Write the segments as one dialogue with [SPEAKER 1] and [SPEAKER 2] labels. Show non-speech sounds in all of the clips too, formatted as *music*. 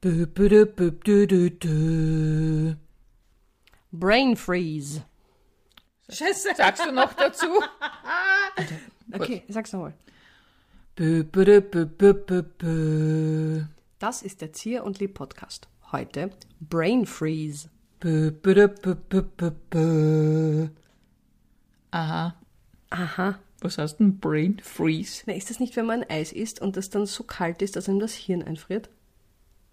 [SPEAKER 1] Bü, bü, dü, bü, dü, dü, dü.
[SPEAKER 2] Brain Freeze.
[SPEAKER 3] Scheiße.
[SPEAKER 4] Sagst du noch dazu?
[SPEAKER 2] Okay, sag's nochmal.
[SPEAKER 1] Bü, bü, dü, bü, bü, bü, bü.
[SPEAKER 2] Das ist der Zier und Lieb Podcast. Heute Brain Freeze.
[SPEAKER 1] Bü, bü, dü, bü, bü, bü, bü.
[SPEAKER 4] Aha.
[SPEAKER 2] Aha.
[SPEAKER 4] *laughs* Was heißt denn Brain Freeze?
[SPEAKER 2] Na, ist das nicht, wenn man ein Eis isst und das dann so kalt ist, dass einem das Hirn einfriert?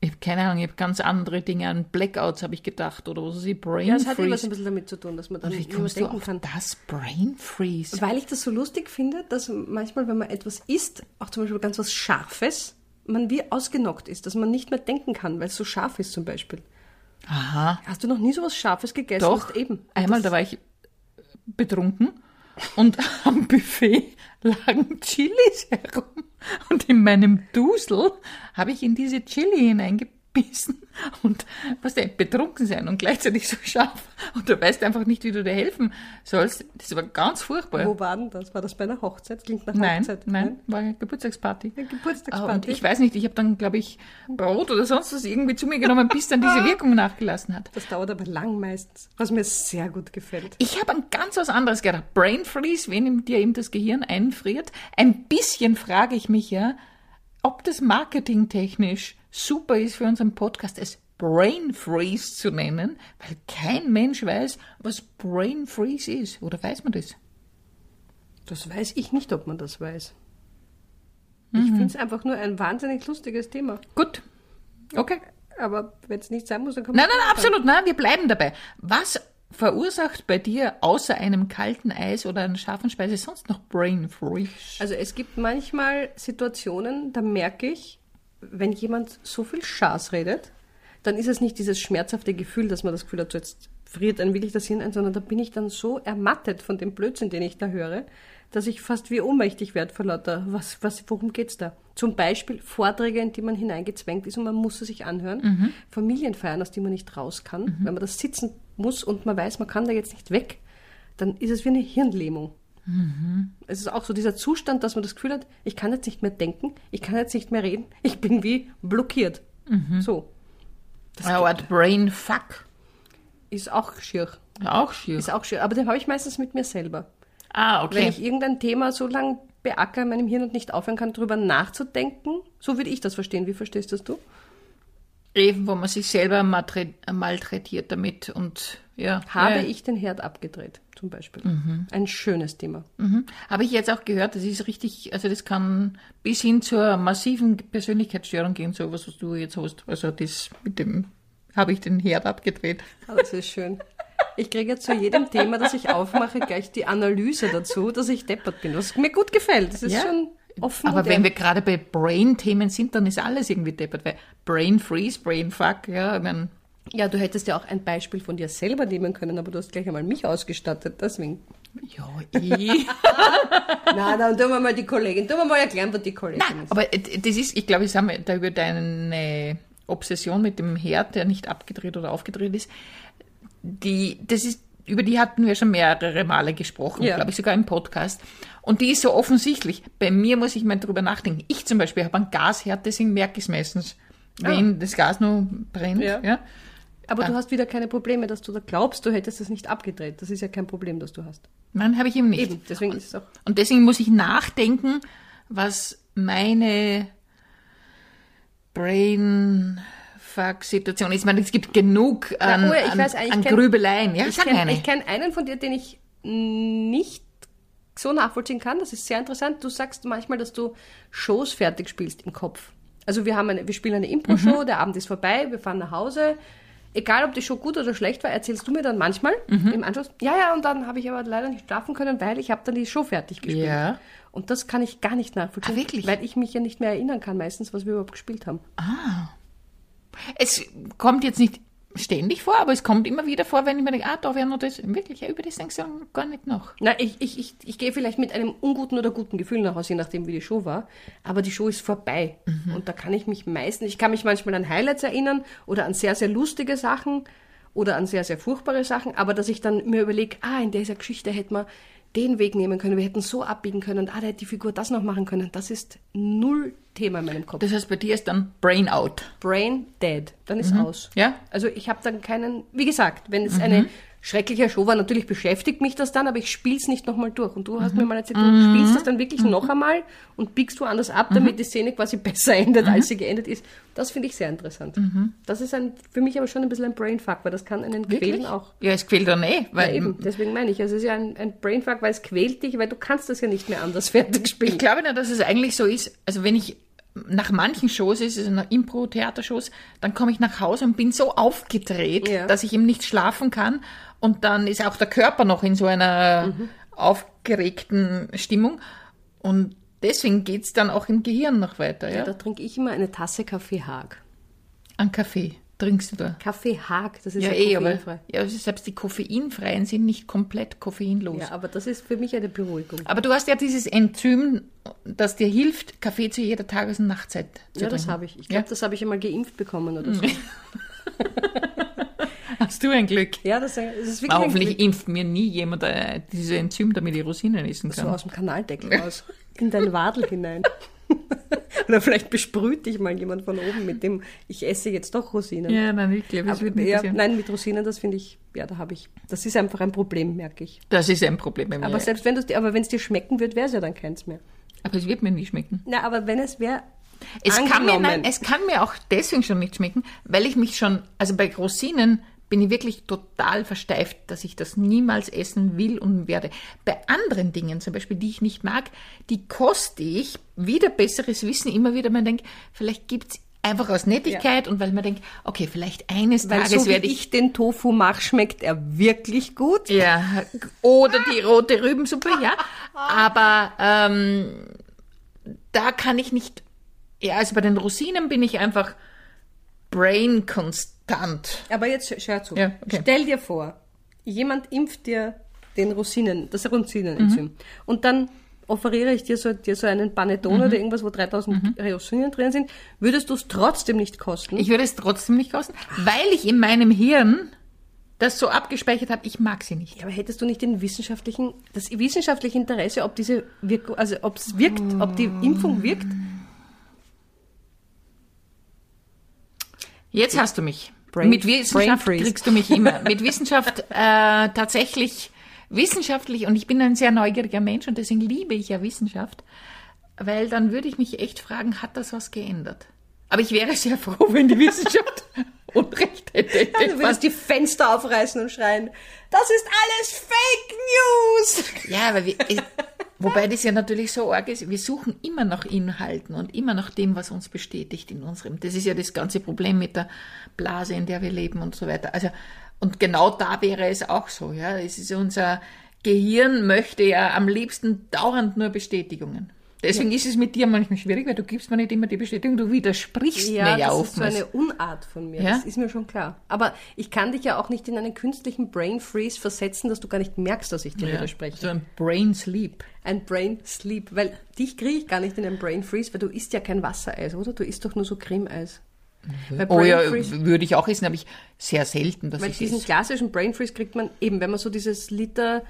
[SPEAKER 4] Ich habe keine Ahnung, ich habe ganz andere Dinge an Blackouts, habe ich gedacht. Oder was ist die Brain
[SPEAKER 2] Ja, das hat ja was ein
[SPEAKER 4] Freeze?
[SPEAKER 2] bisschen damit zu tun, dass man dann
[SPEAKER 4] Wie
[SPEAKER 2] nicht mehr
[SPEAKER 4] kommst du
[SPEAKER 2] denken
[SPEAKER 4] auf
[SPEAKER 2] kann.
[SPEAKER 4] das Brain Freeze?
[SPEAKER 2] Weil ich das so lustig finde, dass manchmal, wenn man etwas isst, auch zum Beispiel ganz was Scharfes, man wie ausgenockt ist, dass man nicht mehr denken kann, weil es so scharf ist zum Beispiel.
[SPEAKER 4] Aha.
[SPEAKER 2] Hast du noch nie so was Scharfes gegessen?
[SPEAKER 4] Doch,
[SPEAKER 2] Und eben. Und
[SPEAKER 4] einmal,
[SPEAKER 2] das-
[SPEAKER 4] da war ich äh, betrunken und *laughs* am Buffet lagen Chilis herum. Und in meinem Dusel habe ich in diese Chili hineingebissen. Und was der betrunken sein und gleichzeitig so scharf. Und du weißt einfach nicht, wie du dir helfen sollst. Das war ganz furchtbar.
[SPEAKER 2] Wo war denn das? War das bei einer Hochzeit? Klingt nach
[SPEAKER 4] Nein,
[SPEAKER 2] Hochzeit.
[SPEAKER 4] nein, war eine Geburtstagsparty.
[SPEAKER 2] Eine
[SPEAKER 4] Ah, Und
[SPEAKER 2] Geburtstagsparty.
[SPEAKER 4] ich weiß nicht, ich habe dann, glaube ich, Brot oder sonst was irgendwie zu mir genommen, bis dann
[SPEAKER 2] Ah.
[SPEAKER 4] diese Wirkung nachgelassen hat.
[SPEAKER 2] Das dauert aber lang meistens, was mir sehr gut gefällt.
[SPEAKER 4] Ich habe an ganz was anderes gedacht. Brain Freeze, wenn dir eben das Gehirn einfriert. Ein bisschen frage ich mich ja, ob das marketingtechnisch super ist für unseren Podcast, es Brain Freeze zu nennen, weil kein Mensch weiß, was Brain Freeze ist. Oder weiß man das?
[SPEAKER 2] Das weiß ich nicht, ob man das weiß. Ich
[SPEAKER 4] Mhm.
[SPEAKER 2] finde es einfach nur ein wahnsinnig lustiges Thema.
[SPEAKER 4] Gut. Okay.
[SPEAKER 2] Aber wenn es nicht sein muss, dann kann
[SPEAKER 4] Nein,
[SPEAKER 2] man-
[SPEAKER 4] nein, absolut, nein, wir bleiben dabei. Was verursacht bei dir außer einem kalten Eis oder einer scharfen Speise sonst noch Brain Freeze?
[SPEAKER 2] Also es gibt manchmal Situationen, da merke ich, wenn jemand so viel Schaß redet, dann ist es nicht dieses schmerzhafte Gefühl, dass man das Gefühl hat, so jetzt friert einem wirklich das Hirn ein, sondern da bin ich dann so ermattet von dem Blödsinn, den ich da höre, dass ich fast wie ohnmächtig werde vor lauter, was, was, worum geht's da? Zum Beispiel Vorträge, in die man hineingezwängt ist und man muss sie sich anhören, Familienfeiern, aus denen man nicht raus kann, wenn man das sitzen muss und man weiß, man kann da jetzt nicht weg, dann ist es wie eine Hirnlähmung. Es ist auch so dieser Zustand, dass man das Gefühl hat, ich kann jetzt nicht mehr denken, ich kann jetzt nicht mehr reden, ich bin wie blockiert.
[SPEAKER 4] Mhm.
[SPEAKER 2] So. Das
[SPEAKER 4] Eine Art Brain Fuck.
[SPEAKER 2] ist auch schier.
[SPEAKER 4] Auch schier.
[SPEAKER 2] Ist auch schier. Aber den habe ich meistens mit mir selber.
[SPEAKER 4] Ah, okay.
[SPEAKER 2] Wenn ich irgendein Thema so lang beackere in meinem Hirn und nicht aufhören kann, darüber nachzudenken, so würde ich das verstehen. Wie verstehst das du?
[SPEAKER 4] Eben, wo man sich selber malträ- malträtiert damit und ja.
[SPEAKER 2] Habe
[SPEAKER 4] ja.
[SPEAKER 2] ich den Herd abgedreht, zum Beispiel. Ein schönes Thema.
[SPEAKER 4] Mhm. Habe ich jetzt auch gehört, das ist richtig, also das kann bis hin zur massiven Persönlichkeitsstörung gehen, sowas, was du jetzt hast. Also das mit dem habe ich den Herd abgedreht.
[SPEAKER 2] Ah, das ist schön. Ich kriege ja zu jedem Thema, das ich aufmache, gleich die Analyse dazu, dass ich deppert bin, was mir gut gefällt. Das ist
[SPEAKER 4] Ja.
[SPEAKER 2] schon offen.
[SPEAKER 4] Aber
[SPEAKER 2] und
[SPEAKER 4] wenn wir gerade bei Brain-Themen sind, dann ist alles irgendwie deppert, weil Brain Freeze, Brain Fuck, ja, ich mein,
[SPEAKER 2] Ja, du hättest ja auch ein Beispiel von dir selber nehmen können, aber du hast gleich einmal mich ausgestattet, deswegen.
[SPEAKER 4] ja, eh. ich.
[SPEAKER 2] *laughs* Na, dann tun wir mal die Kollegin, tun wir mal erklären, was die Kollegin
[SPEAKER 4] Nein,
[SPEAKER 2] ist.
[SPEAKER 4] aber äh, das ist, ich glaube, ich habe da über deine Obsession mit dem Herd, der nicht abgedreht oder aufgedreht ist, die, das ist, über die hatten wir schon mehrere Male gesprochen,
[SPEAKER 2] Ja.
[SPEAKER 4] glaube ich, sogar im Podcast. Und die ist so offensichtlich. Bei mir muss ich mal drüber nachdenken. Ich zum Beispiel habe einen Gasherd, deswegen merke ich es meistens, wenn das Gas nur brennt.
[SPEAKER 2] Ah. Ja.
[SPEAKER 4] Ja.
[SPEAKER 2] Aber du hast wieder keine Probleme, dass du da glaubst, du hättest es nicht abgedreht. Das ist ja kein Problem, das du hast.
[SPEAKER 4] Nein, habe ich eben nicht.
[SPEAKER 2] Eben, deswegen ist es auch.
[SPEAKER 4] Und deswegen muss ich nachdenken, was meine Brainfuck-Situation ist. Ich meine, es gibt genug an,
[SPEAKER 2] Uwe, oh ich
[SPEAKER 4] an,
[SPEAKER 2] weiß eigentlich,
[SPEAKER 4] an
[SPEAKER 2] ich kenn-
[SPEAKER 4] Grübeleien. Ja,
[SPEAKER 2] ich
[SPEAKER 4] sag
[SPEAKER 2] kenne
[SPEAKER 4] eine.
[SPEAKER 2] kenn einen von dir, den ich nicht so nachvollziehen kann. Das ist sehr interessant. Du sagst manchmal, dass du Shows fertig spielst im Kopf. Also wir haben eine, wir spielen eine Impro-Show,
[SPEAKER 4] Mhm.
[SPEAKER 2] der Abend ist vorbei, wir fahren nach Hause. Egal, ob die Show gut oder schlecht war, erzählst du mir dann manchmal
[SPEAKER 4] Mhm.
[SPEAKER 2] im Anschluss. Ja, ja, und dann habe ich aber leider nicht schlafen können, weil ich habe dann die Show fertig gespielt.
[SPEAKER 4] Ja.
[SPEAKER 2] Und das kann ich gar nicht nachvollziehen,
[SPEAKER 4] Ah, wirklich?
[SPEAKER 2] weil ich mich ja nicht mehr erinnern kann meistens, was wir überhaupt gespielt haben.
[SPEAKER 4] Es kommt jetzt nicht ständig vor, aber es kommt immer wieder vor, wenn ich mir denke, ah, da wäre noch das. Wirklich, ja, über das denkst du dann gar nicht noch.
[SPEAKER 2] Na, ich, ich, ich, ich gehe vielleicht mit einem unguten oder guten Gefühl nach Hause, je nachdem, wie die Show war. Aber die Show ist vorbei. Und da kann ich mich meistens, ich kann mich manchmal an Highlights erinnern oder an sehr, sehr lustige Sachen oder an sehr, sehr furchtbare Sachen. Aber dass ich dann mir überlege, ah, in dieser Geschichte hätte man den Weg nehmen können, wir hätten so abbiegen können, ah, da hätte die Figur das noch machen können. Das ist null Thema in meinem Kopf.
[SPEAKER 4] Das heißt, bei dir ist dann Brain Out.
[SPEAKER 2] Brain dead, dann ist aus.
[SPEAKER 4] Ja.
[SPEAKER 2] Also ich habe dann keinen, wie gesagt, wenn
[SPEAKER 4] Mhm.
[SPEAKER 2] es eine schreckliche Show war, natürlich beschäftigt mich das dann, aber ich spiel's nicht nochmal durch. Und du hast
[SPEAKER 4] Mhm.
[SPEAKER 2] mir mal erzählt, du spielst das dann wirklich noch einmal und biegst du anders ab,
[SPEAKER 4] Mhm.
[SPEAKER 2] damit die Szene quasi *laughs* besser endet, als sie geendet ist. Das finde ich sehr interessant.
[SPEAKER 4] Mhm.
[SPEAKER 2] Das ist ein, für mich aber schon ein bisschen ein Brainfuck, weil das kann einen quälen auch.
[SPEAKER 4] Ja, es quält dann eh, weil
[SPEAKER 2] Ja, eben, deswegen meine ich, also es ist ja ein, ein Brainfuck, weil es quält dich, weil du kannst das ja nicht mehr anders *laughs* fertig
[SPEAKER 4] Ich
[SPEAKER 2] spielen.
[SPEAKER 4] glaube nicht, dass es eigentlich so ist. Also wenn ich nach manchen Shows ist, also nach Impro-Theatershows, dann komme ich nach Hause und bin so aufgedreht,
[SPEAKER 2] Ja.
[SPEAKER 4] dass ich eben nicht schlafen kann. Und dann ist auch der Körper noch in so einer aufgeregten Stimmung. Und deswegen geht's dann auch im Gehirn noch weiter. Ja?
[SPEAKER 2] Da trinke ich immer eine Tasse Kaffee Haag.
[SPEAKER 4] An Kaffee trinkst du da.
[SPEAKER 2] Kaffee Haag, das ist
[SPEAKER 4] Ja,
[SPEAKER 2] ja,
[SPEAKER 4] eh, aber
[SPEAKER 2] koffeinfrei.
[SPEAKER 4] ja, also selbst die koffeinfreien sind nicht komplett koffeinlos.
[SPEAKER 2] Ja, aber das ist für mich eine Beruhigung.
[SPEAKER 4] Aber du hast ja dieses Enzym, das dir hilft, Kaffee zu jeder Tages- und Nachtzeit zu
[SPEAKER 2] Ja, das
[SPEAKER 4] trinken.
[SPEAKER 2] habe ich. Ich glaube, das habe ich einmal geimpft bekommen oder so.
[SPEAKER 4] Mhm. Hast du ein Glück.
[SPEAKER 2] Ja, das ist das ist wirklich ein
[SPEAKER 4] Hoffentlich
[SPEAKER 2] Glück.
[SPEAKER 4] impft mir nie jemand äh, dieses Enzym, damit ich Rosinen essen
[SPEAKER 2] so
[SPEAKER 4] kann.
[SPEAKER 2] aus dem Kanaldeckel raus. In dein Wadel hinein. *laughs* oder vielleicht besprüht dich mal jemand von oben mit dem, ich esse jetzt doch Rosinen.
[SPEAKER 4] Ja, nein, ich glaube, das
[SPEAKER 2] Aber,
[SPEAKER 4] wird nicht
[SPEAKER 2] ja,
[SPEAKER 4] passieren.
[SPEAKER 2] nein, mit Rosinen, das finde ich, ja, da habe ich, das ist einfach ein Problem, merke ich.
[SPEAKER 4] Das ist ein Problem bei mir.
[SPEAKER 2] Aber selbst wenn du, aber wenn es dir schmecken wird, wäre es ja dann keins mehr.
[SPEAKER 4] aber es wird mir nicht schmecken.
[SPEAKER 2] Na, aber wenn es wäre,
[SPEAKER 4] Es kann, mir,
[SPEAKER 2] Angenommen.
[SPEAKER 4] nein, es kann mir auch deswegen schon nicht schmecken, weil ich mich schon, also bei Rosinen bin ich wirklich total versteift, dass ich das niemals essen will und werde. Bei anderen Dingen zum Beispiel, die ich nicht mag, die koste ich wieder besseres Wissen, immer wieder man denkt, vielleicht gibt's einfach aus Nettigkeit und weil man denkt, okay, vielleicht eines
[SPEAKER 2] weil
[SPEAKER 4] Tages
[SPEAKER 2] so wie
[SPEAKER 4] werde Ah, ich
[SPEAKER 2] ich den Tofu mache, schmeckt er wirklich gut.
[SPEAKER 4] Ja, oder die rote Rübensuppe, ja. Aber ähm, da kann ich nicht. Ja, also bei den Rosinen bin ich einfach brain konstant.
[SPEAKER 2] Aber jetzt schau zu.
[SPEAKER 4] Ja, okay.
[SPEAKER 2] Stell dir vor, jemand impft dir den Rosinen, das Rosinenenzym.
[SPEAKER 4] Mhm.
[SPEAKER 2] Und dann offeriere ich dir so, dir so einen Panettone
[SPEAKER 4] Mhm.
[SPEAKER 2] oder irgendwas, wo 3000 Rosinen drin sind. Würdest du es trotzdem nicht kosten?
[SPEAKER 4] Ich würde es trotzdem nicht kosten, weil ich in meinem Hirn das so abgespeichert habe, ich mag sie nicht.
[SPEAKER 2] ja, aber hättest du nicht den wissenschaftlichen, das wissenschaftliche Interesse, ob diese Wirkung, also ob es wirkt, ob
[SPEAKER 4] Mm.
[SPEAKER 2] die Impfung wirkt?
[SPEAKER 4] Jetzt hast du mich.
[SPEAKER 2] Brain-
[SPEAKER 4] Mit
[SPEAKER 2] Brain
[SPEAKER 4] Wissenschaft
[SPEAKER 2] freeze.
[SPEAKER 4] kriegst du
[SPEAKER 2] *laughs*
[SPEAKER 4] mich immer. Mit Wissenschaft äh, tatsächlich wissenschaftlich und ich bin ein sehr neugieriger Mensch und deswegen liebe ich ja Wissenschaft, weil dann würde ich mich echt fragen, hat das was geändert? Aber ich wäre sehr froh, wenn
[SPEAKER 2] *laughs*
[SPEAKER 4] die Wissenschaft Unrecht hätte.
[SPEAKER 2] Du würdest die Fenster aufreißen und schreien, das ist alles Fake News!
[SPEAKER 4] Ja, aber wir, es- wobei das ja natürlich so arg ist, wir suchen immer nach Inhalten und immer nach dem, was uns bestätigt in unserem. Das ist ja das ganze Problem mit der Blase, in der wir leben und so weiter. Also, und genau da wäre es auch so, ja. Es ist unser Gehirn möchte ja am liebsten dauernd nur Bestätigungen. Deswegen ist es mit dir manchmal schwierig, weil du gibst mir nicht immer die Bestätigung, du widersprichst
[SPEAKER 2] Ja,
[SPEAKER 4] mir
[SPEAKER 2] das ist
[SPEAKER 4] ja
[SPEAKER 2] so
[SPEAKER 4] oftmals.
[SPEAKER 2] eine Unart von mir.
[SPEAKER 4] Ja?
[SPEAKER 2] Das ist mir schon klar. Aber ich kann dich ja auch nicht in einen künstlichen Brain Freeze versetzen, dass du gar nicht merkst, dass ich dir
[SPEAKER 4] ja,
[SPEAKER 2] widerspreche.
[SPEAKER 4] so ein Brain Sleep.
[SPEAKER 2] Ein Brain Sleep, weil dich kriege ich gar nicht in einen Brain Freeze, weil du isst ja kein Wassereis, oder? Du isst doch nur so Cremeeis. Bei
[SPEAKER 4] Oh
[SPEAKER 2] Brain
[SPEAKER 4] ja,
[SPEAKER 2] Freeze,
[SPEAKER 4] würde ich auch essen, aber ich sehr selten, dass
[SPEAKER 2] weil
[SPEAKER 4] ich
[SPEAKER 2] diesen
[SPEAKER 4] es
[SPEAKER 2] klassischen Brain Freeze kriegt man eben, wenn man so dieses Liter,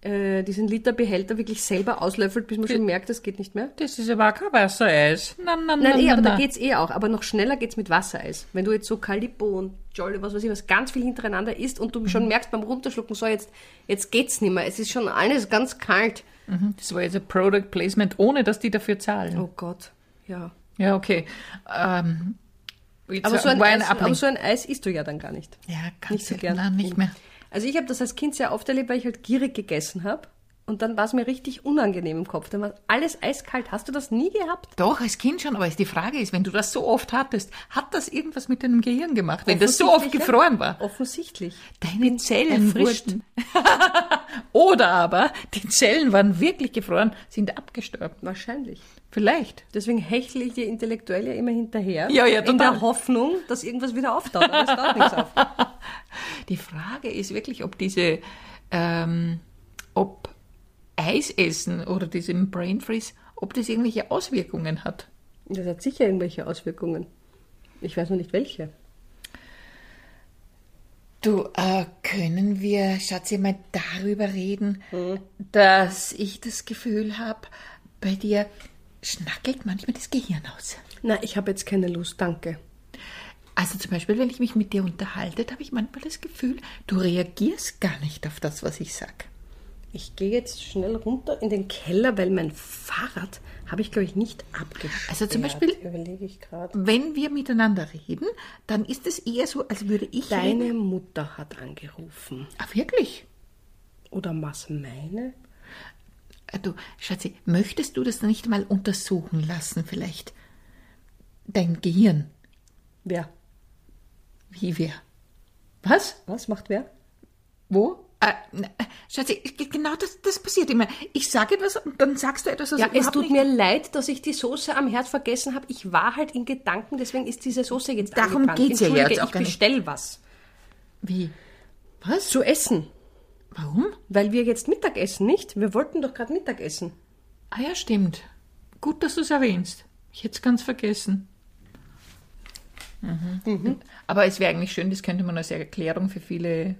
[SPEAKER 2] äh, diesen Liter Behälter wirklich selber auslöffelt, bis man schon merkt, das geht nicht mehr.
[SPEAKER 4] Das ist aber kein Wassereis. Nein, nein,
[SPEAKER 2] Nein, eh, aber da
[SPEAKER 4] nein.
[SPEAKER 2] geht's eh auch. Aber noch schneller geht's mit Wassereis. Wenn du jetzt so Calippo und Jolly, was weiß ich was, ganz viel hintereinander isst und
[SPEAKER 4] Mhm.
[SPEAKER 2] du schon merkst beim Runterschlucken, so jetzt, jetzt geht's nicht mehr. Es ist schon alles ganz kalt.
[SPEAKER 4] Das war jetzt ein Product Placement, ohne dass die dafür zahlen.
[SPEAKER 2] Oh Gott, ja.
[SPEAKER 4] Ja, okay. Ähm, jetzt
[SPEAKER 2] Aber so, ein
[SPEAKER 4] war
[SPEAKER 2] Eis,
[SPEAKER 4] Ablenkung.
[SPEAKER 2] aber so ein Eis isst du ja dann gar nicht.
[SPEAKER 4] Ja, ganz
[SPEAKER 2] nicht so
[SPEAKER 4] selten.
[SPEAKER 2] gern.
[SPEAKER 4] Nein, nicht mehr.
[SPEAKER 2] Also ich habe das als Kind sehr oft erlebt, weil ich halt gierig gegessen habe. Und dann war es mir richtig unangenehm im Kopf. Dann war alles eiskalt. Hast du das nie gehabt?
[SPEAKER 4] Doch, als Kind schon, aber die Frage ist, wenn du das so oft hattest, hat das irgendwas mit deinem Gehirn gemacht, wenn das so oft
[SPEAKER 2] Offensichtlich, ne?
[SPEAKER 4] gefroren war?
[SPEAKER 2] Offensichtlich.
[SPEAKER 4] Deine Zellen
[SPEAKER 2] erfrischt.
[SPEAKER 4] wurden. *laughs* Oder aber die Zellen waren wirklich gefroren, sind abgestorben.
[SPEAKER 2] Wahrscheinlich.
[SPEAKER 4] Vielleicht.
[SPEAKER 2] Deswegen hechle ich dir intellektuell ja immer hinterher.
[SPEAKER 4] Ja, ja,
[SPEAKER 2] In
[SPEAKER 4] total.
[SPEAKER 2] der Hoffnung, dass irgendwas wieder auftaucht. Aber es taucht nichts auf.
[SPEAKER 4] Die Frage ist wirklich, ob diese, ähm, ob Eisessen oder diesem Brain Freeze, ob das irgendwelche Auswirkungen hat.
[SPEAKER 2] *laughs* Das hat sicher irgendwelche Auswirkungen. Ich weiß noch nicht welche.
[SPEAKER 4] Du äh, Können wir, Schatzi, mal darüber reden, dass ich das Gefühl habe, bei dir schnackelt manchmal das Gehirn aus.
[SPEAKER 2] Na, ich habe jetzt keine Lust, danke.
[SPEAKER 4] Also zum Beispiel, wenn ich mich mit dir unterhalte, da habe ich manchmal das Gefühl, du reagierst gar nicht auf das, was ich sag.
[SPEAKER 2] Ich gehe jetzt schnell runter in den Keller, weil mein Fahrrad habe ich, glaube ich, nicht abgeschafft.
[SPEAKER 4] Also zum Beispiel,
[SPEAKER 2] Überlege ich gerade.
[SPEAKER 4] wenn wir miteinander reden, dann ist es eher so, als würde ich reden.
[SPEAKER 2] Deine Mutter hat angerufen.
[SPEAKER 4] Ah, wirklich?
[SPEAKER 2] Oder was meine?
[SPEAKER 4] Äh, Du, Schatzi, möchtest du das nicht mal untersuchen lassen vielleicht? Dein Gehirn,
[SPEAKER 2] Wer?
[SPEAKER 4] wie wer? Was?
[SPEAKER 2] Was macht wer?
[SPEAKER 4] Wo? Äh, na, äh, Schatzi, g- genau das, das passiert immer. Ich sage etwas und dann sagst du etwas, was
[SPEAKER 2] Ja,
[SPEAKER 4] überhaupt
[SPEAKER 2] es tut
[SPEAKER 4] nicht...
[SPEAKER 2] mir leid, dass ich die Soße am Herd vergessen habe. Ich war halt in Gedanken, deswegen ist diese Soße jetzt
[SPEAKER 4] Darum
[SPEAKER 2] angebrannt.
[SPEAKER 4] geht's ja
[SPEAKER 2] Entschuldige,
[SPEAKER 4] jetzt auch
[SPEAKER 2] ich
[SPEAKER 4] gar nicht.
[SPEAKER 2] bestell was.
[SPEAKER 4] Wie? Was?
[SPEAKER 2] Zu essen,
[SPEAKER 4] Warum?
[SPEAKER 2] weil wir jetzt Mittag essen, nicht? Wir wollten doch gerade Mittag essen.
[SPEAKER 4] Ah ja, stimmt. Gut, dass du es erwähnst. Ich hätte es ganz vergessen. Mhm. Aber es wäre eigentlich schön, das könnte man als Erklärung für viele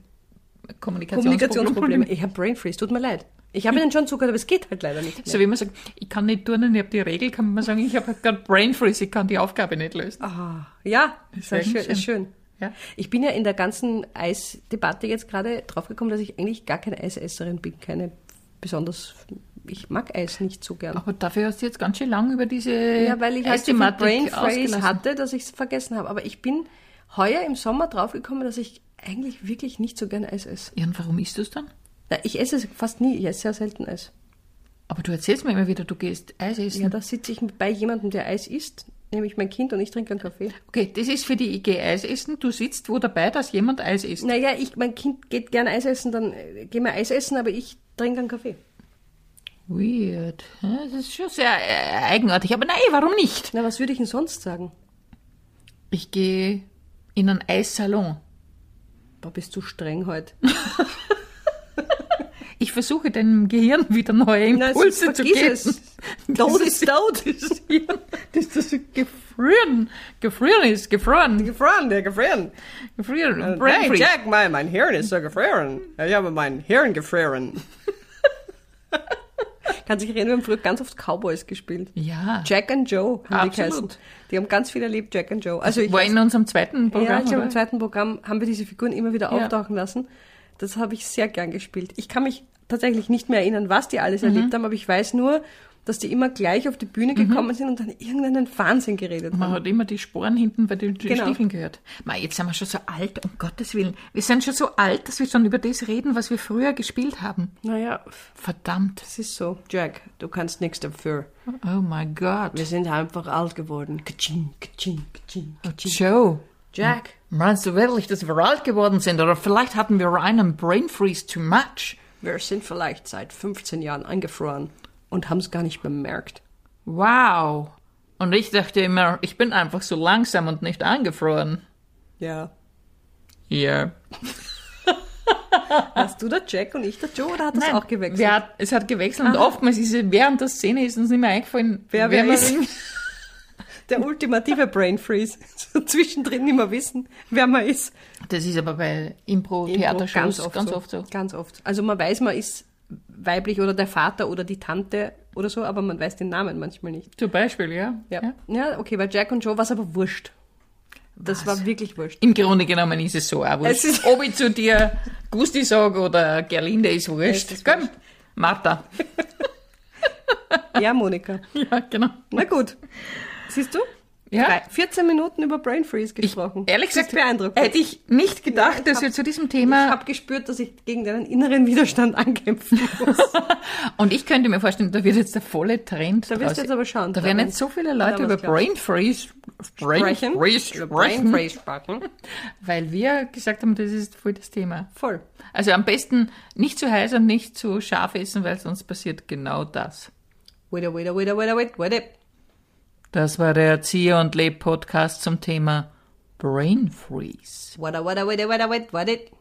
[SPEAKER 4] Kommunikationsprobleme.
[SPEAKER 2] Kommunikationsprobleme. Ich habe Brain Freeze, tut mir leid. Ich habe Ihnen schon zugehört, aber es geht halt leider nicht.
[SPEAKER 4] So wie man sagt, ich kann nicht turnen, ich habe die Regel, kann man sagen, ich habe gerade Brain Freeze, ich kann die Aufgabe nicht lösen.
[SPEAKER 2] Ah, ja, ist,
[SPEAKER 4] Sehr
[SPEAKER 2] schön,
[SPEAKER 4] schön.
[SPEAKER 2] ist schön.
[SPEAKER 4] Ja.
[SPEAKER 2] Ich bin ja in der ganzen Eisdebatte jetzt gerade draufgekommen, dass ich eigentlich gar keine Eisesserin bin, keine besonders. Ich mag Eis nicht so gern.
[SPEAKER 4] Aber dafür hast du jetzt ganz schön lang über diese
[SPEAKER 2] Ja, weil ich halt so viel
[SPEAKER 4] Eisthematik
[SPEAKER 2] Brain Freeze
[SPEAKER 4] ausgelassen.
[SPEAKER 2] hatte, dass ich es vergessen habe. Aber ich bin heuer im Sommer draufgekommen, dass ich eigentlich wirklich nicht so gern Eis esse.
[SPEAKER 4] Ja, und warum isst du es dann?
[SPEAKER 2] Na, ich esse es fast nie, ich esse sehr selten Eis.
[SPEAKER 4] Aber du erzählst mir immer wieder, du gehst Eis essen.
[SPEAKER 2] Ja, da sitze ich bei jemandem, der Eis isst, nämlich mein Kind und ich trinke einen Kaffee.
[SPEAKER 4] Okay, das ist für die IG Eis essen. Du sitzt wo dabei, dass jemand Eis isst.
[SPEAKER 2] Naja, ich, mein Kind geht gerne Eis essen, dann äh, gehen wir Eis essen, aber ich trinke einen Kaffee.
[SPEAKER 4] Weird. Ja, Das ist schon sehr äh, eigenartig. Aber nein, warum nicht?
[SPEAKER 2] Na, was würde ich denn sonst sagen?
[SPEAKER 4] Ich gehe in einen Eissalon.
[SPEAKER 2] Boah, bist du streng *laughs* heute.
[SPEAKER 4] Ich versuche deinem Gehirn wieder neue
[SPEAKER 2] Na, es-
[SPEAKER 4] Impulse zu
[SPEAKER 2] vergiss
[SPEAKER 4] geben.
[SPEAKER 2] es. Tod
[SPEAKER 4] Dieses-
[SPEAKER 2] ist tot.
[SPEAKER 4] dieses Hirn, Das das gefrieren, gefrieren ist, gefroren,
[SPEAKER 2] Gefroren, der gefroren.
[SPEAKER 4] gefrieren.
[SPEAKER 2] Äh, Nein,
[SPEAKER 4] Brain freeze.
[SPEAKER 1] Jack, mein, mein Hirn ist so gefroren. Ich habe mein Hirn
[SPEAKER 2] *laughs*
[SPEAKER 1] gefroren.
[SPEAKER 2] Kann sich erinnern, wir haben früher ganz oft Cowboys gespielt.
[SPEAKER 4] Ja,
[SPEAKER 2] Jack and Joe haben die
[SPEAKER 4] Absolut.
[SPEAKER 2] geheißen. Die haben ganz viel erlebt, Jack and Joe. Also ich
[SPEAKER 4] war
[SPEAKER 2] weiß-
[SPEAKER 4] in unserem zweiten
[SPEAKER 2] ja,
[SPEAKER 4] Programm.
[SPEAKER 2] ich habe
[SPEAKER 4] oder?
[SPEAKER 2] im zweiten Programm haben wir diese Figuren immer wieder
[SPEAKER 4] Ja.
[SPEAKER 2] auftauchen lassen. Das habe ich sehr gern gespielt. Ich kann mich tatsächlich nicht mehr erinnern, was die
[SPEAKER 1] Mhm.
[SPEAKER 2] alles erlebt haben, aber ich weiß nur, dass die immer gleich auf die Bühne
[SPEAKER 1] Mhm.
[SPEAKER 2] gekommen sind und dann irgendeinen Wahnsinn geredet
[SPEAKER 4] Man
[SPEAKER 2] haben.
[SPEAKER 4] hat immer die Sporen hinten bei den
[SPEAKER 2] Genau.
[SPEAKER 4] Stiefeln gehört. Ma, jetzt sind wir schon so alt, um Gottes Willen. Wir sind schon so alt, dass wir schon über das reden, was wir früher gespielt haben.
[SPEAKER 2] Naja,
[SPEAKER 4] Verdammt.
[SPEAKER 2] es ist so.
[SPEAKER 1] Jack, du kannst nichts dafür.
[SPEAKER 4] Oh mein Gott.
[SPEAKER 1] Wir sind einfach alt geworden. Kaching, kaching, kaching.
[SPEAKER 4] Joe,
[SPEAKER 2] Jack,
[SPEAKER 4] meinst du wirklich, dass wir alt geworden sind? Oder vielleicht hatten wir einen Brain Freeze too much?
[SPEAKER 2] wir sind vielleicht seit 15 Jahren eingefroren und haben es gar nicht bemerkt.
[SPEAKER 4] Wow. Und ich dachte immer, ich bin einfach so langsam und nicht angefroren.
[SPEAKER 2] Ja.
[SPEAKER 4] Ja.
[SPEAKER 2] Warst du der Jack und ich der Joe oder hat das auch gewechselt?
[SPEAKER 4] Wer hat, es hat gewechselt und oftmals ist es, während der Szene ist uns nicht mehr eingefallen,
[SPEAKER 2] Wer wer
[SPEAKER 4] wir
[SPEAKER 2] ist. *laughs* Der ultimative Brain Freeze. *laughs* So zwischendrin immer wissen, wer man ist.
[SPEAKER 4] Das ist aber bei Impro-Theatershows ganz, oft, ganz oft so.
[SPEAKER 2] Ganz oft. Also man weiß, man ist weiblich oder der Vater oder die Tante oder so, aber man weiß den Namen manchmal nicht.
[SPEAKER 4] Zum Beispiel, ja.
[SPEAKER 2] Ja, ja. okay, bei Jack und Joe war es aber wurscht. Das war wirklich wurscht.
[SPEAKER 4] Im Grunde genommen ist es so auch
[SPEAKER 2] Es
[SPEAKER 4] wurscht.
[SPEAKER 2] ist-
[SPEAKER 4] Ob ich zu dir Gusti sage oder Gerlinde ist wurscht.
[SPEAKER 2] Es ist
[SPEAKER 4] Komm, Martha.
[SPEAKER 2] *laughs* Ja, Monika.
[SPEAKER 4] Ja, genau.
[SPEAKER 2] Na gut. Siehst du?
[SPEAKER 4] Ja.
[SPEAKER 2] Drei- 14 Minuten über Brain Freeze gesprochen.
[SPEAKER 4] Ehrlich
[SPEAKER 2] Das ist
[SPEAKER 4] gesagt,
[SPEAKER 2] beeindruckend.
[SPEAKER 4] hätte ich nicht gedacht,
[SPEAKER 2] Ja, ich
[SPEAKER 4] dass
[SPEAKER 2] hab-
[SPEAKER 4] wir zu diesem
[SPEAKER 2] ich
[SPEAKER 4] Thema...
[SPEAKER 2] habe gespürt, dass ich gegen deinen inneren Widerstand ankämpfen muss.
[SPEAKER 4] und ich könnte mir vorstellen, da wird jetzt der volle Trend
[SPEAKER 2] Da wirst du
[SPEAKER 4] draus.
[SPEAKER 2] jetzt aber schauen.
[SPEAKER 4] Da werden jetzt so viele Leute
[SPEAKER 2] Ja, was
[SPEAKER 4] über
[SPEAKER 2] glaubst
[SPEAKER 4] Brain Freeze Brain
[SPEAKER 2] Sprechen.
[SPEAKER 4] Freeze
[SPEAKER 2] Über
[SPEAKER 4] sprechen,
[SPEAKER 2] Brain Freeze sprechen.
[SPEAKER 4] weil wir gesagt haben, das ist voll das Thema.
[SPEAKER 2] Voll.
[SPEAKER 4] Also am besten nicht zu heiß und nicht zu scharf essen, weil sonst passiert genau das.
[SPEAKER 2] Wait, a- wait, a- wait, a- wait, a- wait, wait. a-
[SPEAKER 4] Das war der Erzieher und Leb Podcast zum Thema Brain Freeze.
[SPEAKER 2] Wada, wada, wada, wada, wada, wada.